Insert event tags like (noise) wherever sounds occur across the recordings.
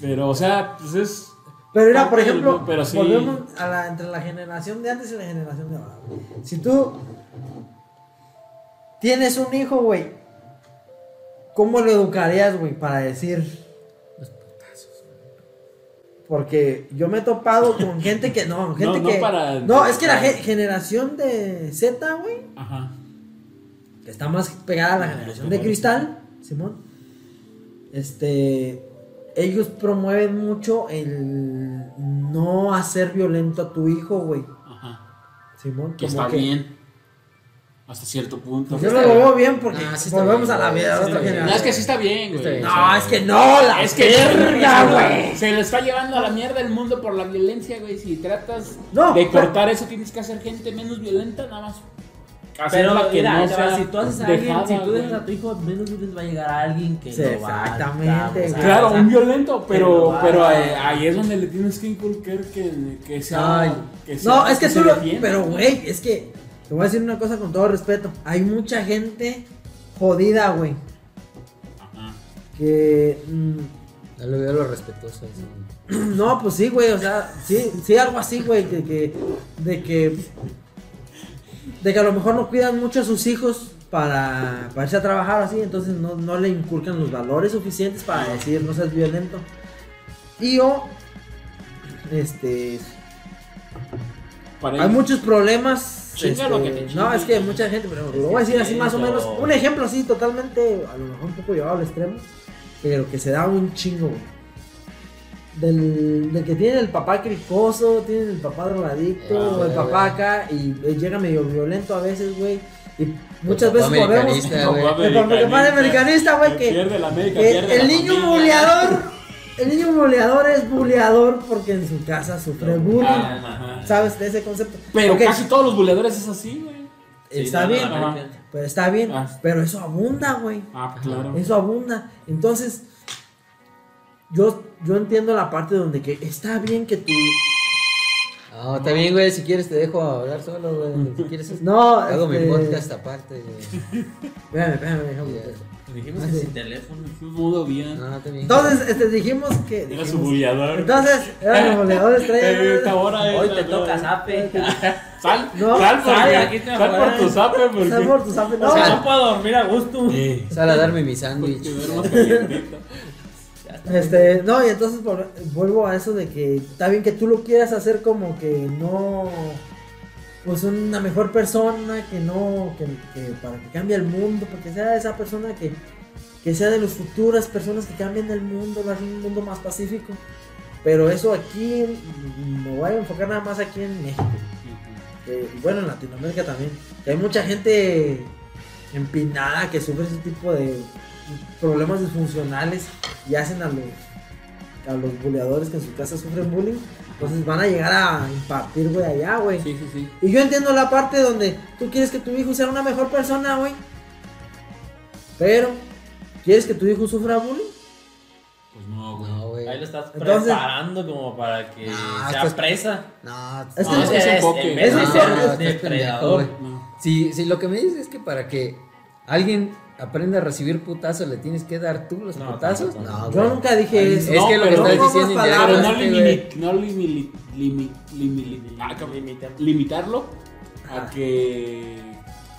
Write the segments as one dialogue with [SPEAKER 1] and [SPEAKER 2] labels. [SPEAKER 1] Pero, o sea, pues es.
[SPEAKER 2] Pero mira, por
[SPEAKER 1] parte del
[SPEAKER 2] ejemplo,
[SPEAKER 1] grupo, pero sí.
[SPEAKER 2] volvemos a la, entre la generación de antes y la generación de ahora. güey. Si tú tienes un hijo, güey, ¿cómo lo educarías, güey, para decir? Porque yo me he topado con gente que no,
[SPEAKER 1] (laughs)
[SPEAKER 2] gente
[SPEAKER 1] no
[SPEAKER 2] que
[SPEAKER 1] para-
[SPEAKER 2] no, es que la ge- generación de Z, güey,
[SPEAKER 1] Ajá.
[SPEAKER 2] que está más pegada a la generación de
[SPEAKER 1] Ujú.
[SPEAKER 2] cristal, Simón. Este, ellos promueven mucho el no hacer violento a tu hijo, güey.
[SPEAKER 1] Ajá.
[SPEAKER 2] Simón,
[SPEAKER 1] Que
[SPEAKER 2] como
[SPEAKER 1] está
[SPEAKER 2] que-
[SPEAKER 1] bien. Hasta cierto punto.
[SPEAKER 2] Yo
[SPEAKER 1] No,
[SPEAKER 2] no lo veo bien porque
[SPEAKER 3] Ah, sí está
[SPEAKER 2] volvemos
[SPEAKER 3] bien,
[SPEAKER 2] a la
[SPEAKER 3] güey.
[SPEAKER 2] vida de
[SPEAKER 3] Sí
[SPEAKER 2] otra
[SPEAKER 3] está bien.
[SPEAKER 2] generación.
[SPEAKER 1] es que sí está bien, güey.
[SPEAKER 3] Está
[SPEAKER 4] Este,
[SPEAKER 3] bien.
[SPEAKER 2] No, es que no, la
[SPEAKER 1] Es que
[SPEAKER 2] verga, güey.
[SPEAKER 1] Se lo está llevando a la mierda el mundo por la violencia, güey. Si tratas
[SPEAKER 2] No,
[SPEAKER 1] de
[SPEAKER 2] pero-
[SPEAKER 1] cortar eso, tienes que hacer gente menos violenta, nada más.
[SPEAKER 4] Pero
[SPEAKER 1] hacerla
[SPEAKER 4] mira, ahí te va,
[SPEAKER 1] sea
[SPEAKER 4] si tú haces a
[SPEAKER 1] dejada,
[SPEAKER 4] alguien, si tú dejas
[SPEAKER 1] güey.
[SPEAKER 4] a tu hijo, menos bien va a llegar a alguien que
[SPEAKER 2] Sí,
[SPEAKER 4] lo va a
[SPEAKER 2] exactamente,
[SPEAKER 4] adaptar, o sea,
[SPEAKER 2] güey.
[SPEAKER 1] Claro,
[SPEAKER 4] o sea,
[SPEAKER 1] un violento,
[SPEAKER 4] pero ah,
[SPEAKER 1] pero,
[SPEAKER 4] va-
[SPEAKER 1] pero ahí, ahí es donde le tienes que inculcar que, que sea.
[SPEAKER 2] Ay.
[SPEAKER 1] que sea-
[SPEAKER 2] No, es que
[SPEAKER 1] se
[SPEAKER 2] tú lo.
[SPEAKER 1] defienda.
[SPEAKER 2] Pero, güey, es que. Te voy a decir una cosa con todo respeto. Hay mucha gente jodida, güey.
[SPEAKER 1] Ajá.
[SPEAKER 2] Que. mm,
[SPEAKER 3] Ya lo veo lo respetuoso. sí.
[SPEAKER 2] no, pues sí, güey. O sea, sí, sí, algo así, güey. Que, que- de que. De que a lo mejor no cuidan mucho a sus hijos para, para irse a trabajar así. Entonces no, no le inculcan los valores suficientes para decir no seas violento. Y yo. Este.
[SPEAKER 1] Para
[SPEAKER 2] Hay
[SPEAKER 1] ellos-
[SPEAKER 2] muchos problemas. este,
[SPEAKER 1] Chinga lo que te chingue.
[SPEAKER 2] no, es que mucha gente, pero lo voy a decir así más o menos. Un ejemplo así, totalmente, a lo mejor un poco llevado al extremo, pero que se da un chingo, güey. Del, del que tiene el papá cricoso, tiene el papá drogadicto,
[SPEAKER 3] Ah,
[SPEAKER 2] o el
[SPEAKER 3] güey,
[SPEAKER 2] papá
[SPEAKER 3] güey.
[SPEAKER 2] acá, y eh, llega medio violento a veces, güey. Y muchas
[SPEAKER 3] papá
[SPEAKER 2] veces lo vemos.
[SPEAKER 3] americanista, güey.
[SPEAKER 2] El papá americanista, güey, que.
[SPEAKER 1] Pierde la América,
[SPEAKER 2] Que
[SPEAKER 1] pierde la
[SPEAKER 2] el niño
[SPEAKER 1] familia.
[SPEAKER 2] buleador, el niño buleador es buleador porque en su casa sufre bullying.
[SPEAKER 1] Ah, ajá.
[SPEAKER 2] ¿Sabes de ese concepto?
[SPEAKER 1] Pero
[SPEAKER 2] Ok,
[SPEAKER 1] casi todos los buleadores es así, güey.
[SPEAKER 2] está
[SPEAKER 4] no,
[SPEAKER 2] bien,
[SPEAKER 4] no,
[SPEAKER 1] Ajá.
[SPEAKER 2] pero está bien,
[SPEAKER 1] Ah.
[SPEAKER 2] pero eso abunda, güey.
[SPEAKER 1] Ah, claro.
[SPEAKER 2] Eso abunda. Entonces, yo, yo entiendo la parte donde que está bien que tú.
[SPEAKER 3] No, está bien, güey. Si quieres, te dejo hablar solo, güey. Si
[SPEAKER 2] (laughs)
[SPEAKER 3] quieres,
[SPEAKER 2] No,
[SPEAKER 3] hago mi
[SPEAKER 2] este,
[SPEAKER 3] podcast aparte. güey.
[SPEAKER 2] Espérame, espérame, déjame
[SPEAKER 3] Ya.
[SPEAKER 2] ver.
[SPEAKER 4] Dijimos
[SPEAKER 2] Ah,
[SPEAKER 4] que
[SPEAKER 2] sí.
[SPEAKER 4] sin teléfono.
[SPEAKER 1] Es un modo bien.
[SPEAKER 3] No, está bien.
[SPEAKER 2] Entonces, este, dijimos que.
[SPEAKER 1] Era su
[SPEAKER 2] dijimos-
[SPEAKER 1] buleador.
[SPEAKER 2] entonces, eran los
[SPEAKER 1] (laughs)
[SPEAKER 2] buleadores
[SPEAKER 1] Eh, esta
[SPEAKER 2] traían.
[SPEAKER 1] hora es
[SPEAKER 4] Hoy
[SPEAKER 1] la-
[SPEAKER 4] te toca zape.
[SPEAKER 1] Sal,
[SPEAKER 2] No,
[SPEAKER 1] sal, porque-
[SPEAKER 4] sal, aquí te
[SPEAKER 1] sal por
[SPEAKER 4] jodan.
[SPEAKER 1] tu zape, porque.
[SPEAKER 2] Sal por tus zape-
[SPEAKER 4] (laughs) O
[SPEAKER 2] (laughs)
[SPEAKER 4] sea,
[SPEAKER 2] No,
[SPEAKER 4] no puedo dormir a gusto.
[SPEAKER 1] Eh,
[SPEAKER 3] Sal a darme mi
[SPEAKER 1] porque
[SPEAKER 3] sándwich.
[SPEAKER 1] duermas calientito.
[SPEAKER 2] Este, no, y entonces por- vuelvo a eso de que está bien que tú lo quieras hacer como que no, pues una mejor persona, que no, que, que para que cambie el mundo, porque sea esa persona que, que sea de las futuras personas que cambien el mundo, va a ser un mundo más pacífico. Pero eso aquí, mm, me voy a enfocar nada más aquí en México, que- y Eh, bueno, en Latinoamérica también, que hay mucha gente empinada que sufre ese tipo de problemas disfuncionales y hacen a los, a los buleadores que en su casa sufren bullying, entonces van a llegar a impartir, güey, allá, güey.
[SPEAKER 1] Sí, sí, sí.
[SPEAKER 2] Y yo entiendo la parte donde tú quieres que tu hijo sea una mejor persona, güey. Pero, ¿quieres que tu hijo sufra bullying?
[SPEAKER 1] Pues no, güey.
[SPEAKER 3] No, güey.
[SPEAKER 4] Ahí lo estás
[SPEAKER 2] Entonces-
[SPEAKER 4] preparando como para que
[SPEAKER 3] Ah,
[SPEAKER 4] sea
[SPEAKER 3] estás-
[SPEAKER 4] presa.
[SPEAKER 3] No,
[SPEAKER 2] Es que-
[SPEAKER 3] no,
[SPEAKER 1] es que es un
[SPEAKER 4] Entonces,
[SPEAKER 1] enfoque.
[SPEAKER 4] en vez de
[SPEAKER 2] Es un
[SPEAKER 4] ser
[SPEAKER 2] enfoque.
[SPEAKER 3] estás pendejo,
[SPEAKER 4] depredador,
[SPEAKER 3] güey.
[SPEAKER 1] No.
[SPEAKER 3] Si, si lo que me dices es que para que alguien aprenda a recibir putazos, le tienes que dar tú los
[SPEAKER 4] No,
[SPEAKER 3] putazos.
[SPEAKER 4] tampoco.
[SPEAKER 3] No,
[SPEAKER 2] Yo
[SPEAKER 3] Ah, güey.
[SPEAKER 2] nunca dije
[SPEAKER 3] Ay,
[SPEAKER 2] eso.
[SPEAKER 3] Es
[SPEAKER 1] No,
[SPEAKER 3] que lo que
[SPEAKER 1] pero
[SPEAKER 3] estás
[SPEAKER 1] no,
[SPEAKER 3] diciendo
[SPEAKER 2] más
[SPEAKER 3] ya
[SPEAKER 1] Pero no,
[SPEAKER 2] palabras,
[SPEAKER 3] hablaste, güey.
[SPEAKER 1] limit, no limili- limi- limili- ah, cabrón. limitarlo a que,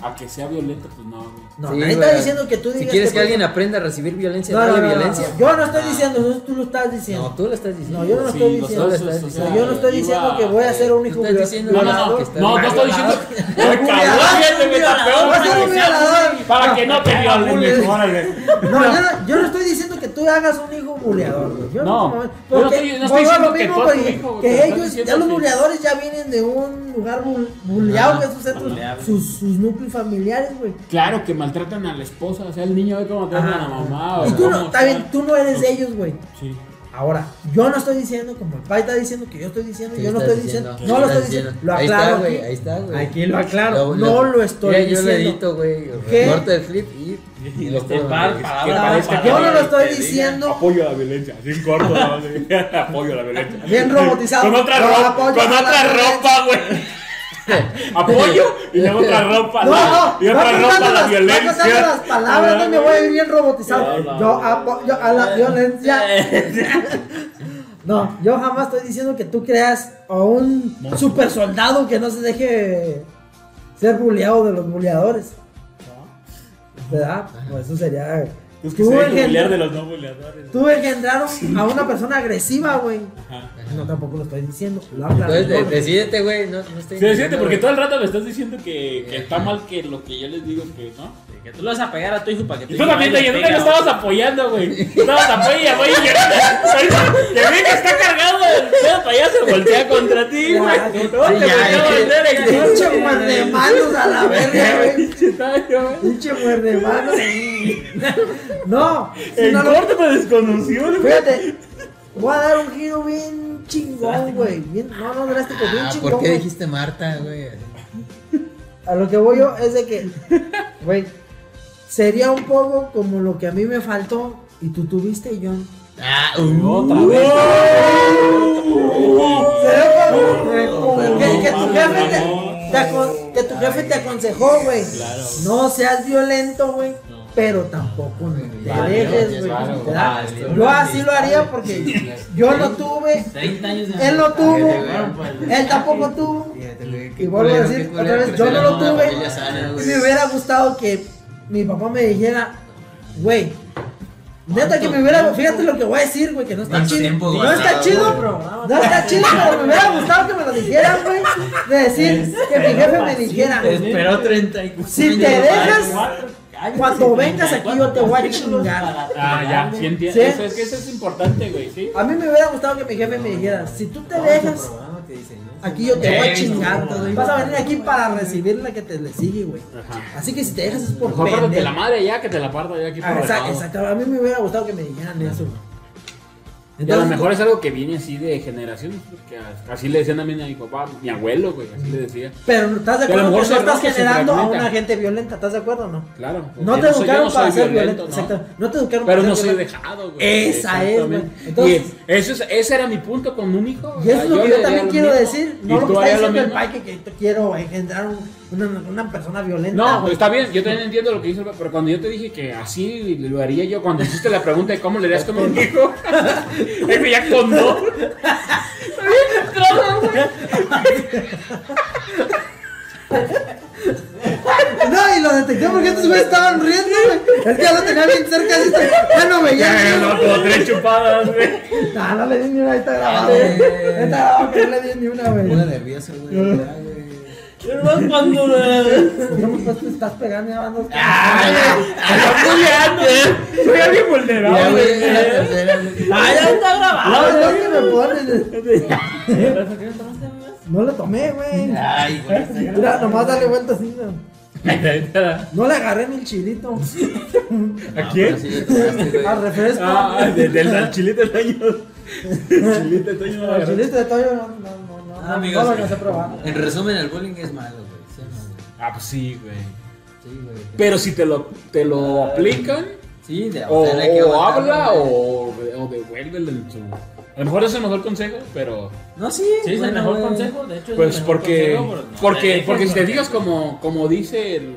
[SPEAKER 1] a que sea violento, pues no, güey.
[SPEAKER 2] No,
[SPEAKER 3] Sí,
[SPEAKER 2] nadie está
[SPEAKER 3] güey.
[SPEAKER 2] diciendo que tú digas
[SPEAKER 3] Si quieres que
[SPEAKER 2] por-
[SPEAKER 3] alguien aprenda a recibir violencia,
[SPEAKER 2] No, no,
[SPEAKER 3] dale
[SPEAKER 2] no, no, no.
[SPEAKER 3] violencia.
[SPEAKER 2] Yo no estoy
[SPEAKER 3] Ah,
[SPEAKER 2] diciendo, eso tú lo estás diciendo.
[SPEAKER 3] No, tú lo estás diciendo.
[SPEAKER 2] No, yo no lo
[SPEAKER 1] Sí,
[SPEAKER 2] estoy
[SPEAKER 1] los
[SPEAKER 2] diciendo.
[SPEAKER 1] socios, eh.
[SPEAKER 3] o
[SPEAKER 2] O
[SPEAKER 3] sea,
[SPEAKER 2] sea, yo no estoy
[SPEAKER 1] iba-
[SPEAKER 2] diciendo que voy a ser un
[SPEAKER 3] Tú
[SPEAKER 2] hijo
[SPEAKER 3] estás
[SPEAKER 2] violador.
[SPEAKER 3] diciendo-
[SPEAKER 1] No, no, no,
[SPEAKER 3] Está
[SPEAKER 1] no, no estoy diciendo. Ay, cabrón, fíjate, me está peor,
[SPEAKER 2] Ah, Va a ser un
[SPEAKER 1] güey.
[SPEAKER 2] violador.
[SPEAKER 1] Para que no te violen,
[SPEAKER 2] bullying.
[SPEAKER 1] órale.
[SPEAKER 2] No, yo no, yo no estoy diciendo que tú hagas un hijo buleador, güey. Yo
[SPEAKER 1] No,
[SPEAKER 2] como-
[SPEAKER 1] yo no estoy- no estoy
[SPEAKER 2] vuelvo a
[SPEAKER 1] diciendo
[SPEAKER 2] lo
[SPEAKER 1] que
[SPEAKER 2] mismo,
[SPEAKER 1] tú a tu
[SPEAKER 2] güey,
[SPEAKER 1] hijo, güey,
[SPEAKER 2] que
[SPEAKER 1] pero estoy
[SPEAKER 2] ellos, ya
[SPEAKER 1] diciendo
[SPEAKER 2] los
[SPEAKER 1] que-
[SPEAKER 2] buleadores ya vienen de un lugar bul- buleado, que es sus centros,
[SPEAKER 4] buleable.
[SPEAKER 2] sus, sus núcleos familiares, güey.
[SPEAKER 1] Claro que maltratan a la esposa, o sea, el niño ve cómo tratan a la mamá.
[SPEAKER 2] Y
[SPEAKER 1] o
[SPEAKER 2] tú
[SPEAKER 1] Ah, cómo,
[SPEAKER 2] no,
[SPEAKER 1] o
[SPEAKER 2] está
[SPEAKER 1] sea,
[SPEAKER 2] bien, tú no eres de ellos, güey.
[SPEAKER 1] Sí.
[SPEAKER 2] Ahora, yo no estoy diciendo, como el pai está diciendo que yo estoy diciendo,
[SPEAKER 3] Sí,
[SPEAKER 2] yo no
[SPEAKER 3] estás
[SPEAKER 2] estoy diciendo,
[SPEAKER 3] diciendo.
[SPEAKER 2] no lo
[SPEAKER 3] Estás
[SPEAKER 2] estoy diciendo,
[SPEAKER 3] diciendo.
[SPEAKER 2] lo
[SPEAKER 3] Ahí
[SPEAKER 2] aclaro
[SPEAKER 3] está,
[SPEAKER 2] aquí.
[SPEAKER 3] güey, ahí está, güey.
[SPEAKER 2] Aquí lo aclaro, no lo estoy
[SPEAKER 3] Mira,
[SPEAKER 2] diciendo.
[SPEAKER 3] Yo lo edito, güey.
[SPEAKER 2] ¿Qué?
[SPEAKER 3] Corto el clip y. y lo
[SPEAKER 4] Este
[SPEAKER 3] pongo,
[SPEAKER 4] par,
[SPEAKER 3] güey.
[SPEAKER 4] palabra,
[SPEAKER 1] que
[SPEAKER 2] Ahora,
[SPEAKER 1] parezca
[SPEAKER 4] palabra,
[SPEAKER 1] que
[SPEAKER 2] yo no lo
[SPEAKER 4] que
[SPEAKER 2] estoy
[SPEAKER 4] te diga.
[SPEAKER 2] diciendo
[SPEAKER 5] Apoyo a la violencia, sin corto, nada más. (laughs) apoyo a la violencia.
[SPEAKER 2] bien robotizado.
[SPEAKER 5] Con otra
[SPEAKER 2] No,
[SPEAKER 5] ropa,
[SPEAKER 2] apoyo
[SPEAKER 5] con
[SPEAKER 2] a la
[SPEAKER 5] otra
[SPEAKER 2] violencia.
[SPEAKER 5] ropa, güey.
[SPEAKER 1] Apoyo y luego otra ropa.
[SPEAKER 2] No, no,
[SPEAKER 1] y otra
[SPEAKER 2] va
[SPEAKER 1] ropa
[SPEAKER 2] contando
[SPEAKER 1] a la
[SPEAKER 2] las- va
[SPEAKER 1] violencia.
[SPEAKER 2] contando las palabras, no me voy a ir bien robotizado.
[SPEAKER 4] No, no,
[SPEAKER 2] Yo
[SPEAKER 4] no.
[SPEAKER 2] apoyo a la
[SPEAKER 4] (laughs)
[SPEAKER 2] violencia. No, yo jamás estoy diciendo que tú creas a un
[SPEAKER 1] No.
[SPEAKER 2] super soldado que no se deje ser buleado de los buleadores. ¿Verdad? Pues eso sería.
[SPEAKER 1] Es que
[SPEAKER 2] tú,
[SPEAKER 1] se hay que
[SPEAKER 2] engen-
[SPEAKER 1] pelear de los no buleadores.
[SPEAKER 2] tú engendrar un- a una persona agresiva, güey.
[SPEAKER 1] Ajá.
[SPEAKER 2] No, tampoco lo estoy diciendo. Lo habla,
[SPEAKER 3] Entonces, de-
[SPEAKER 2] ¿no?
[SPEAKER 3] decídete, güey. No, no estoy
[SPEAKER 1] Sí, es cierto,
[SPEAKER 3] diciendo,
[SPEAKER 1] porque
[SPEAKER 3] güey.
[SPEAKER 1] todo el rato me estás diciendo que, que está mal que lo que yo les digo que no.
[SPEAKER 4] Que tú lo vas a pegar a tu hijo para que tu
[SPEAKER 1] Y tú
[SPEAKER 4] hijo
[SPEAKER 1] también
[SPEAKER 4] vaya
[SPEAKER 1] te
[SPEAKER 4] y
[SPEAKER 1] nunca
[SPEAKER 4] pega,
[SPEAKER 1] lo estabas apoyando, güey. Estabas apoyando y apoyando y llorando. Te vi que está cargado el pedo para allá, se voltea contra ti,
[SPEAKER 2] Ya,
[SPEAKER 1] güey.
[SPEAKER 2] ya,
[SPEAKER 1] No, te
[SPEAKER 2] ya,
[SPEAKER 1] voltea
[SPEAKER 3] ya,
[SPEAKER 1] a voltear
[SPEAKER 4] ya,
[SPEAKER 1] aquí.
[SPEAKER 2] Pinche muerdemanos a la
[SPEAKER 4] (laughs)
[SPEAKER 2] verga, güey.
[SPEAKER 1] Pinche tallo, güey.
[SPEAKER 2] Pinche muerdemanos. (laughs) No, si
[SPEAKER 1] El
[SPEAKER 2] no lo-
[SPEAKER 1] corte me desconoció, güey.
[SPEAKER 2] (laughs) Fíjate, voy a dar un giro bien chingón, güey. Bien, no, no, drástico, bien
[SPEAKER 3] Ah,
[SPEAKER 2] chingón.
[SPEAKER 3] ¿por qué
[SPEAKER 2] güey.
[SPEAKER 3] dijiste Marta, güey?
[SPEAKER 2] A lo que voy yo es de que, güey, sería un poco como lo que a mí me faltó y tú tuviste, John.
[SPEAKER 3] Ah, uh,
[SPEAKER 1] Otra vez.
[SPEAKER 2] Sería como, eh, como
[SPEAKER 1] no,
[SPEAKER 2] que, que tu
[SPEAKER 1] no,
[SPEAKER 2] jefe te,
[SPEAKER 1] no.
[SPEAKER 2] te aco- que tu jefe te aconsejó, güey.
[SPEAKER 1] Claro.
[SPEAKER 2] No seas violento, güey.
[SPEAKER 1] No.
[SPEAKER 2] Pero tampoco te
[SPEAKER 3] Claro,
[SPEAKER 2] dejes, güey.
[SPEAKER 3] claro,
[SPEAKER 2] ¿verdad?
[SPEAKER 4] claro.
[SPEAKER 2] Yo así lo haría porque yo lo tuve,
[SPEAKER 4] 30 años de
[SPEAKER 2] él lo
[SPEAKER 3] Cállate,
[SPEAKER 2] tuvo,
[SPEAKER 4] güey.
[SPEAKER 2] él tampoco tuvo.
[SPEAKER 3] pues, Fíjate, güey, qué
[SPEAKER 2] Y vuelvo a
[SPEAKER 3] culero,
[SPEAKER 2] decir
[SPEAKER 3] qué
[SPEAKER 2] otra
[SPEAKER 3] culero
[SPEAKER 2] vez, yo
[SPEAKER 3] crecer
[SPEAKER 2] no
[SPEAKER 3] en
[SPEAKER 2] lo
[SPEAKER 3] una
[SPEAKER 2] tuve.
[SPEAKER 3] familia sana, güey.
[SPEAKER 2] Me hubiera gustado que mi papá me dijera, güey, neta que me hubiera, fíjate lo que voy a decir, güey, que no está
[SPEAKER 3] ¿Cuánto
[SPEAKER 2] chido.
[SPEAKER 3] tiempo
[SPEAKER 2] No
[SPEAKER 3] guardado,
[SPEAKER 2] está chido,
[SPEAKER 3] güey?
[SPEAKER 2] no está chido, pero me hubiera gustado que me lo dijeran, güey. De decir que mi jefe me dijera,
[SPEAKER 3] Esperó 34
[SPEAKER 2] Si te
[SPEAKER 3] años,
[SPEAKER 2] dejas,
[SPEAKER 3] güey.
[SPEAKER 2] cuando vengas aquí yo te voy a chingar.
[SPEAKER 1] Ah, ya, sí entiendo.
[SPEAKER 2] Sí.
[SPEAKER 1] Eso es que eso es importante, güey, sí.
[SPEAKER 2] A mí me hubiera gustado que mi jefe me dijera, si tú te dejas, aquí yo te voy a chingar, te doy- vas a venir aquí para recibir la que te le sigue, güey.
[SPEAKER 1] Ajá.
[SPEAKER 2] Así que si te dejas es por
[SPEAKER 1] Mejor pártate la
[SPEAKER 2] pendejo.
[SPEAKER 1] madre ya que te la parto ya aquí por
[SPEAKER 2] Ah,
[SPEAKER 1] el
[SPEAKER 2] exacto,
[SPEAKER 1] lado.
[SPEAKER 2] exacto. A mí me hubiera gustado que me dijeran eso. güey.
[SPEAKER 1] Y a lo
[SPEAKER 2] Entonces,
[SPEAKER 1] mejor es algo que viene así de generaciones, porque así le decían también a mi papá, mi abuelo, güey, así le decía.
[SPEAKER 2] Pero ¿estás de
[SPEAKER 1] Pero a lo mejor
[SPEAKER 2] acuerdo que no
[SPEAKER 1] se
[SPEAKER 2] estás
[SPEAKER 1] rompe, se
[SPEAKER 2] generando a
[SPEAKER 1] fragmenta.
[SPEAKER 2] una gente violenta? ¿Estás de acuerdo o no?
[SPEAKER 1] Claro. porque
[SPEAKER 2] No
[SPEAKER 1] yo
[SPEAKER 2] te
[SPEAKER 1] soy- yo
[SPEAKER 2] educaron
[SPEAKER 1] no soy
[SPEAKER 2] para ser
[SPEAKER 1] violento,
[SPEAKER 2] violento,
[SPEAKER 1] ¿no?
[SPEAKER 2] exacto. No te educaron
[SPEAKER 1] Pero
[SPEAKER 2] para
[SPEAKER 1] no
[SPEAKER 2] ser
[SPEAKER 1] soy
[SPEAKER 2] violento.
[SPEAKER 1] dejado, güey.
[SPEAKER 2] Esa es, güey.
[SPEAKER 1] Exactamente.
[SPEAKER 2] Entonces-
[SPEAKER 1] y eso es- ese era mi punto comúnico.
[SPEAKER 2] Y eso es lo que yo, también quiero decir. No lo que está diciendo el
[SPEAKER 1] país
[SPEAKER 2] Pai, que, que te quiero engendrar un- una, una persona violenta.
[SPEAKER 1] No, pues,
[SPEAKER 2] güey.
[SPEAKER 1] está bien, yo también entiendo lo que dice el Pai, pero cuando yo te dije que así lo haría yo, cuando hiciste la pregunta de cómo le harías con un hijo, (laughs) es que ya con dos. Está bien entrado, güey.
[SPEAKER 2] No, y lo detecté porque estos güeyes estaban riendo, güey. Es que ya lo tenía bien cerca. así, Ya no veía.
[SPEAKER 1] Ya,
[SPEAKER 2] güey.
[SPEAKER 1] no, como tres chupadas, güey.
[SPEAKER 2] No, no le di ni una, ahí está grabado.
[SPEAKER 3] Ah,
[SPEAKER 2] güey.
[SPEAKER 3] güey.
[SPEAKER 2] Ahí Está grabado que no le di ni una,
[SPEAKER 3] Pura
[SPEAKER 2] güey.
[SPEAKER 3] nerviosa, güey. ya, güey.
[SPEAKER 4] Pero más
[SPEAKER 2] (laughs)
[SPEAKER 4] cuando.
[SPEAKER 2] No, pues, te estás pegando ya van dos-
[SPEAKER 1] Soy alguien
[SPEAKER 3] Ya,
[SPEAKER 1] vulnerable.
[SPEAKER 3] güey, la tercera, güey.
[SPEAKER 4] Ah, ya está
[SPEAKER 2] No,
[SPEAKER 4] grabado.
[SPEAKER 2] es que me pones. No lo tomé, güey.
[SPEAKER 3] Ay, güey.
[SPEAKER 2] Mira, nomás dale vueltas. así, No, no le agarré ni el chilito.
[SPEAKER 1] ¿A
[SPEAKER 3] Ahora Ah, sí le tomaste, güey.
[SPEAKER 2] Al refresco.
[SPEAKER 1] Ah, de- del del chilito del año. Chilito del año.
[SPEAKER 2] Al chilito de Toyo, no, no, no. no,
[SPEAKER 3] Ah,
[SPEAKER 2] no,
[SPEAKER 3] amigos.
[SPEAKER 2] No lo alcancé a probar.
[SPEAKER 3] En resumen, el bullying es malo, güey. Sí, no, güey.
[SPEAKER 1] Ah, pues sí, güey.
[SPEAKER 3] Sí, güey.
[SPEAKER 1] Pero si te lo, te lo aplican,
[SPEAKER 3] Sí, de,
[SPEAKER 1] o,
[SPEAKER 3] o sea, le hay que
[SPEAKER 1] o
[SPEAKER 3] aguantar,
[SPEAKER 1] habla,
[SPEAKER 3] güey.
[SPEAKER 1] o, o devuélvele en su. A lo mejor es el mejor consejo, pero.
[SPEAKER 3] No, sí.
[SPEAKER 4] Sí, es el
[SPEAKER 3] bueno,
[SPEAKER 4] mejor
[SPEAKER 3] güey.
[SPEAKER 4] consejo, de hecho. es el
[SPEAKER 1] Pues
[SPEAKER 4] mejor
[SPEAKER 1] porque.
[SPEAKER 4] consejo, pero no te
[SPEAKER 1] Porque,
[SPEAKER 4] dejes,
[SPEAKER 1] porque si te
[SPEAKER 4] porque-
[SPEAKER 1] digas como, como dice el-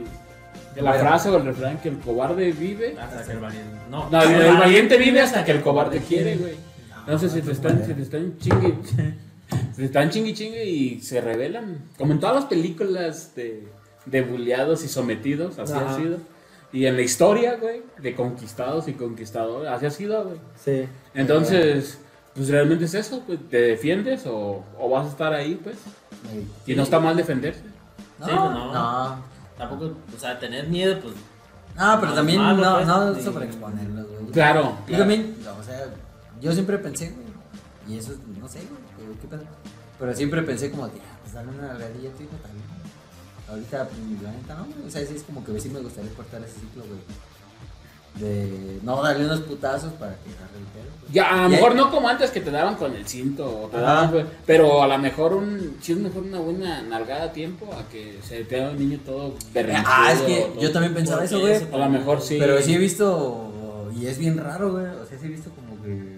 [SPEAKER 1] la
[SPEAKER 3] Bueno.
[SPEAKER 1] frase o el refrán que el cobarde vive.
[SPEAKER 4] Hasta que el valiente. No,
[SPEAKER 1] No, el valiente vive hasta que el cobarde quiere, güey. Entonces si te están, si te están chingue. (laughs) Se están chingue chingue y se rebelan. Como en todas las películas de, de buleados y sometidos, así
[SPEAKER 2] Ajá.
[SPEAKER 1] ha sido. Y en la historia, güey, de conquistados y conquistadores, así ha sido, güey.
[SPEAKER 2] Sí.
[SPEAKER 1] Entonces, pues realmente es eso, pues, ¿te defiendes o, o vas a estar ahí, pues? Y no está mal defenderse.
[SPEAKER 3] No,
[SPEAKER 4] Sí, pues,
[SPEAKER 3] no.
[SPEAKER 4] no.
[SPEAKER 3] No,
[SPEAKER 4] Tampoco, o sea, tener miedo, pues.
[SPEAKER 3] pero
[SPEAKER 4] No,
[SPEAKER 3] también
[SPEAKER 4] malo,
[SPEAKER 3] no,
[SPEAKER 4] pues,
[SPEAKER 3] no
[SPEAKER 4] sí.
[SPEAKER 3] sobreexponerlos, güey.
[SPEAKER 1] Claro.
[SPEAKER 3] Y
[SPEAKER 1] claro.
[SPEAKER 3] también, no, o sea, yo siempre pensé, güey, y eso, es- no sé, güey, pero qué pedo. Pero siempre pensé como, de, ah, pues dale una realidad a tu hijo también. Ahorita, pues, la neta, no, güey. O sea, sí es como que sí me gustaría cortar ese ciclo, güey. De no darle unos putazos para que agarre el pelo. güey.
[SPEAKER 1] Ya, a lo
[SPEAKER 3] Y
[SPEAKER 1] mejor
[SPEAKER 3] ahí-
[SPEAKER 1] no como antes que te daban con el cinto, o te
[SPEAKER 3] Ajá.
[SPEAKER 1] daban, pues, pero a lo mejor un, si es mejor una buena nalgada a tiempo a que se te haga un niño todo berrinchudo.
[SPEAKER 3] Ah, es que
[SPEAKER 1] todo-
[SPEAKER 3] yo también pensaba eso,
[SPEAKER 4] porque
[SPEAKER 3] güey.
[SPEAKER 4] eso
[SPEAKER 1] A lo mejor sí.
[SPEAKER 3] Pero sí he visto, y es bien raro, güey. O sea, sí he visto como que.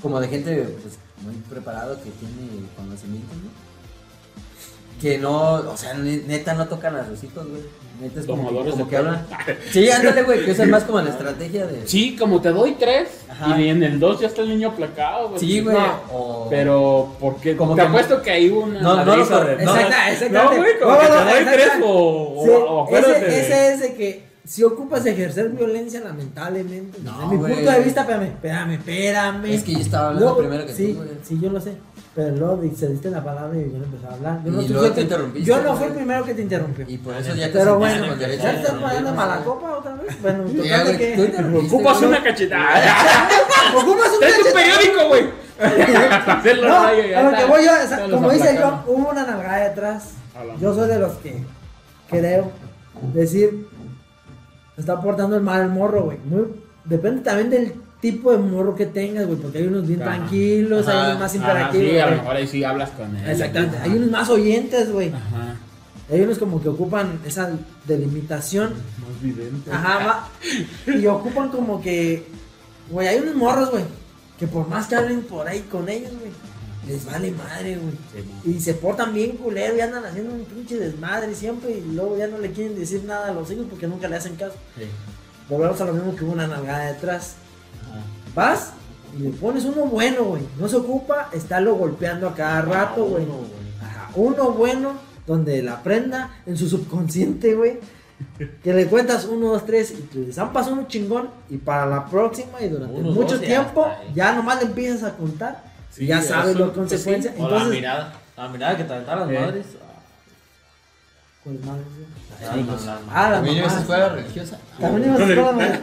[SPEAKER 3] Como de gente pues, muy preparado que tiene conocimiento, ¿no? que no, o sea, ne- neta no tocan a los hijos, güey. Neta es como,
[SPEAKER 1] Tomadores
[SPEAKER 3] como
[SPEAKER 1] de
[SPEAKER 3] que
[SPEAKER 1] pelo.
[SPEAKER 3] hablan. Sí, ándale, güey, que usan más como la estrategia de.
[SPEAKER 1] Sí, como te doy tres
[SPEAKER 3] Ajá.
[SPEAKER 1] y en el dos ya está el niño aplacado, güey.
[SPEAKER 3] Sí, güey.
[SPEAKER 1] No,
[SPEAKER 3] o-
[SPEAKER 1] Pero, ¿por qué?
[SPEAKER 3] Como
[SPEAKER 1] te
[SPEAKER 3] que-
[SPEAKER 1] apuesto que hay una.
[SPEAKER 3] No, no lo
[SPEAKER 1] madriza
[SPEAKER 3] corre-
[SPEAKER 1] de-
[SPEAKER 3] no,
[SPEAKER 1] Exacta-
[SPEAKER 3] no,
[SPEAKER 1] No, güey, como
[SPEAKER 2] No,
[SPEAKER 1] que
[SPEAKER 2] no,
[SPEAKER 1] te doy
[SPEAKER 2] exacta-
[SPEAKER 1] tres o, o-
[SPEAKER 2] Sí,
[SPEAKER 1] o acuérdate.
[SPEAKER 2] ese,
[SPEAKER 1] de-
[SPEAKER 2] ese es de que si ocupas ejercer violencia, lamentablemente.
[SPEAKER 3] No,
[SPEAKER 2] desde mi
[SPEAKER 3] güey.
[SPEAKER 2] punto de vista, espérame, espérame, espérame.
[SPEAKER 3] Es que yo estaba hablando
[SPEAKER 2] Luego,
[SPEAKER 3] primero que
[SPEAKER 2] sí,
[SPEAKER 3] tú, güey.
[SPEAKER 2] Sí, yo lo sé. Pero luego di- cediste la palabra y yo no empecé a hablar. Yo
[SPEAKER 3] Y
[SPEAKER 2] no
[SPEAKER 3] luego
[SPEAKER 2] fui
[SPEAKER 3] te
[SPEAKER 2] que-
[SPEAKER 3] interrumpiste,
[SPEAKER 2] Yo no
[SPEAKER 3] güey.
[SPEAKER 2] fui el primero que te interrumpió.
[SPEAKER 3] Y pues, por eso ya te
[SPEAKER 2] Pero
[SPEAKER 3] sentiste
[SPEAKER 2] bueno,
[SPEAKER 3] con derecho
[SPEAKER 2] ¿ya
[SPEAKER 3] a
[SPEAKER 2] estás
[SPEAKER 3] interrumpir,
[SPEAKER 2] pagando
[SPEAKER 3] güey.
[SPEAKER 2] mala copa otra vez? Bueno,
[SPEAKER 3] Ya,
[SPEAKER 2] total de
[SPEAKER 3] güey, tú
[SPEAKER 2] que...
[SPEAKER 3] interrumpiste,
[SPEAKER 1] Ocupas
[SPEAKER 3] güey.
[SPEAKER 1] una (laughs) cachetada.
[SPEAKER 2] (laughs) ¿Ocupas un
[SPEAKER 1] Trae tu
[SPEAKER 2] cachete?
[SPEAKER 1] periódico,
[SPEAKER 3] (laughs)
[SPEAKER 1] güey. (laughs) Hacerlo
[SPEAKER 2] No,
[SPEAKER 1] rayo, ya
[SPEAKER 2] a lo que
[SPEAKER 1] está.
[SPEAKER 2] voy yo, o sea,
[SPEAKER 1] Ya los
[SPEAKER 2] como dice yo,
[SPEAKER 1] aplacaron.
[SPEAKER 2] hubo una nalgada de atrás.
[SPEAKER 1] A la
[SPEAKER 2] Yo soy de los que creo decir, se está portando el mal el morro, güey. Muy- Depende también del tipo de morro que tengas, güey, porque hay unos bien
[SPEAKER 1] Ajá.
[SPEAKER 2] tranquilos, hay
[SPEAKER 3] Ajá.
[SPEAKER 2] unos más
[SPEAKER 1] Ajá, Ah, sí,
[SPEAKER 2] interactivos.
[SPEAKER 1] a lo mejor ahí sí hablas con él.
[SPEAKER 2] Exactamente, hay unos más oyentes, güey.
[SPEAKER 1] Ajá.
[SPEAKER 2] Hay unos como que ocupan esa delimitación.
[SPEAKER 1] Más vidente.
[SPEAKER 2] Ajá, va. (laughs) Y ocupan como que, güey, hay unos morros, güey, que por más que hablen por ahí con ellos, güey, les vale madre, güey.
[SPEAKER 1] Sí, mo.
[SPEAKER 2] Y se portan bien culero y andan haciendo un pinche desmadre siempre y luego ya no le quieren decir nada a los hijos porque nunca le hacen caso.
[SPEAKER 1] Sí.
[SPEAKER 2] Volvemos a lo mismo que hubo una nalgada detrás.
[SPEAKER 1] Ajá.
[SPEAKER 2] Vas y le pones uno bueno, güey. No se ocupa estarlo golpeando a cada rato, güey.
[SPEAKER 1] Ah, Uno,
[SPEAKER 2] Ajá, uno bueno donde la prenda en su subconsciente, güey. Que le cuentas uno, dos, tres y te zampas uno chingón y para la próxima y durante
[SPEAKER 4] Uno,
[SPEAKER 2] mucho
[SPEAKER 4] dos, ya
[SPEAKER 2] tiempo
[SPEAKER 4] está, eh.
[SPEAKER 2] ya nomás le empiezas a contar.
[SPEAKER 1] Sí,
[SPEAKER 2] y ya
[SPEAKER 1] eso,
[SPEAKER 2] sabes las
[SPEAKER 1] pues,
[SPEAKER 2] consecuencias.
[SPEAKER 1] sí.
[SPEAKER 4] O la
[SPEAKER 2] Entonces,
[SPEAKER 4] mirada. La mirada que te aventaron
[SPEAKER 1] Eh.
[SPEAKER 4] las madres.
[SPEAKER 2] Pues, madre, güey.
[SPEAKER 4] Ah, no, no, no.
[SPEAKER 2] Ah, la
[SPEAKER 3] También ibas a
[SPEAKER 2] mamá.
[SPEAKER 3] escuela religiosa.
[SPEAKER 2] También ibas a escuela, madre.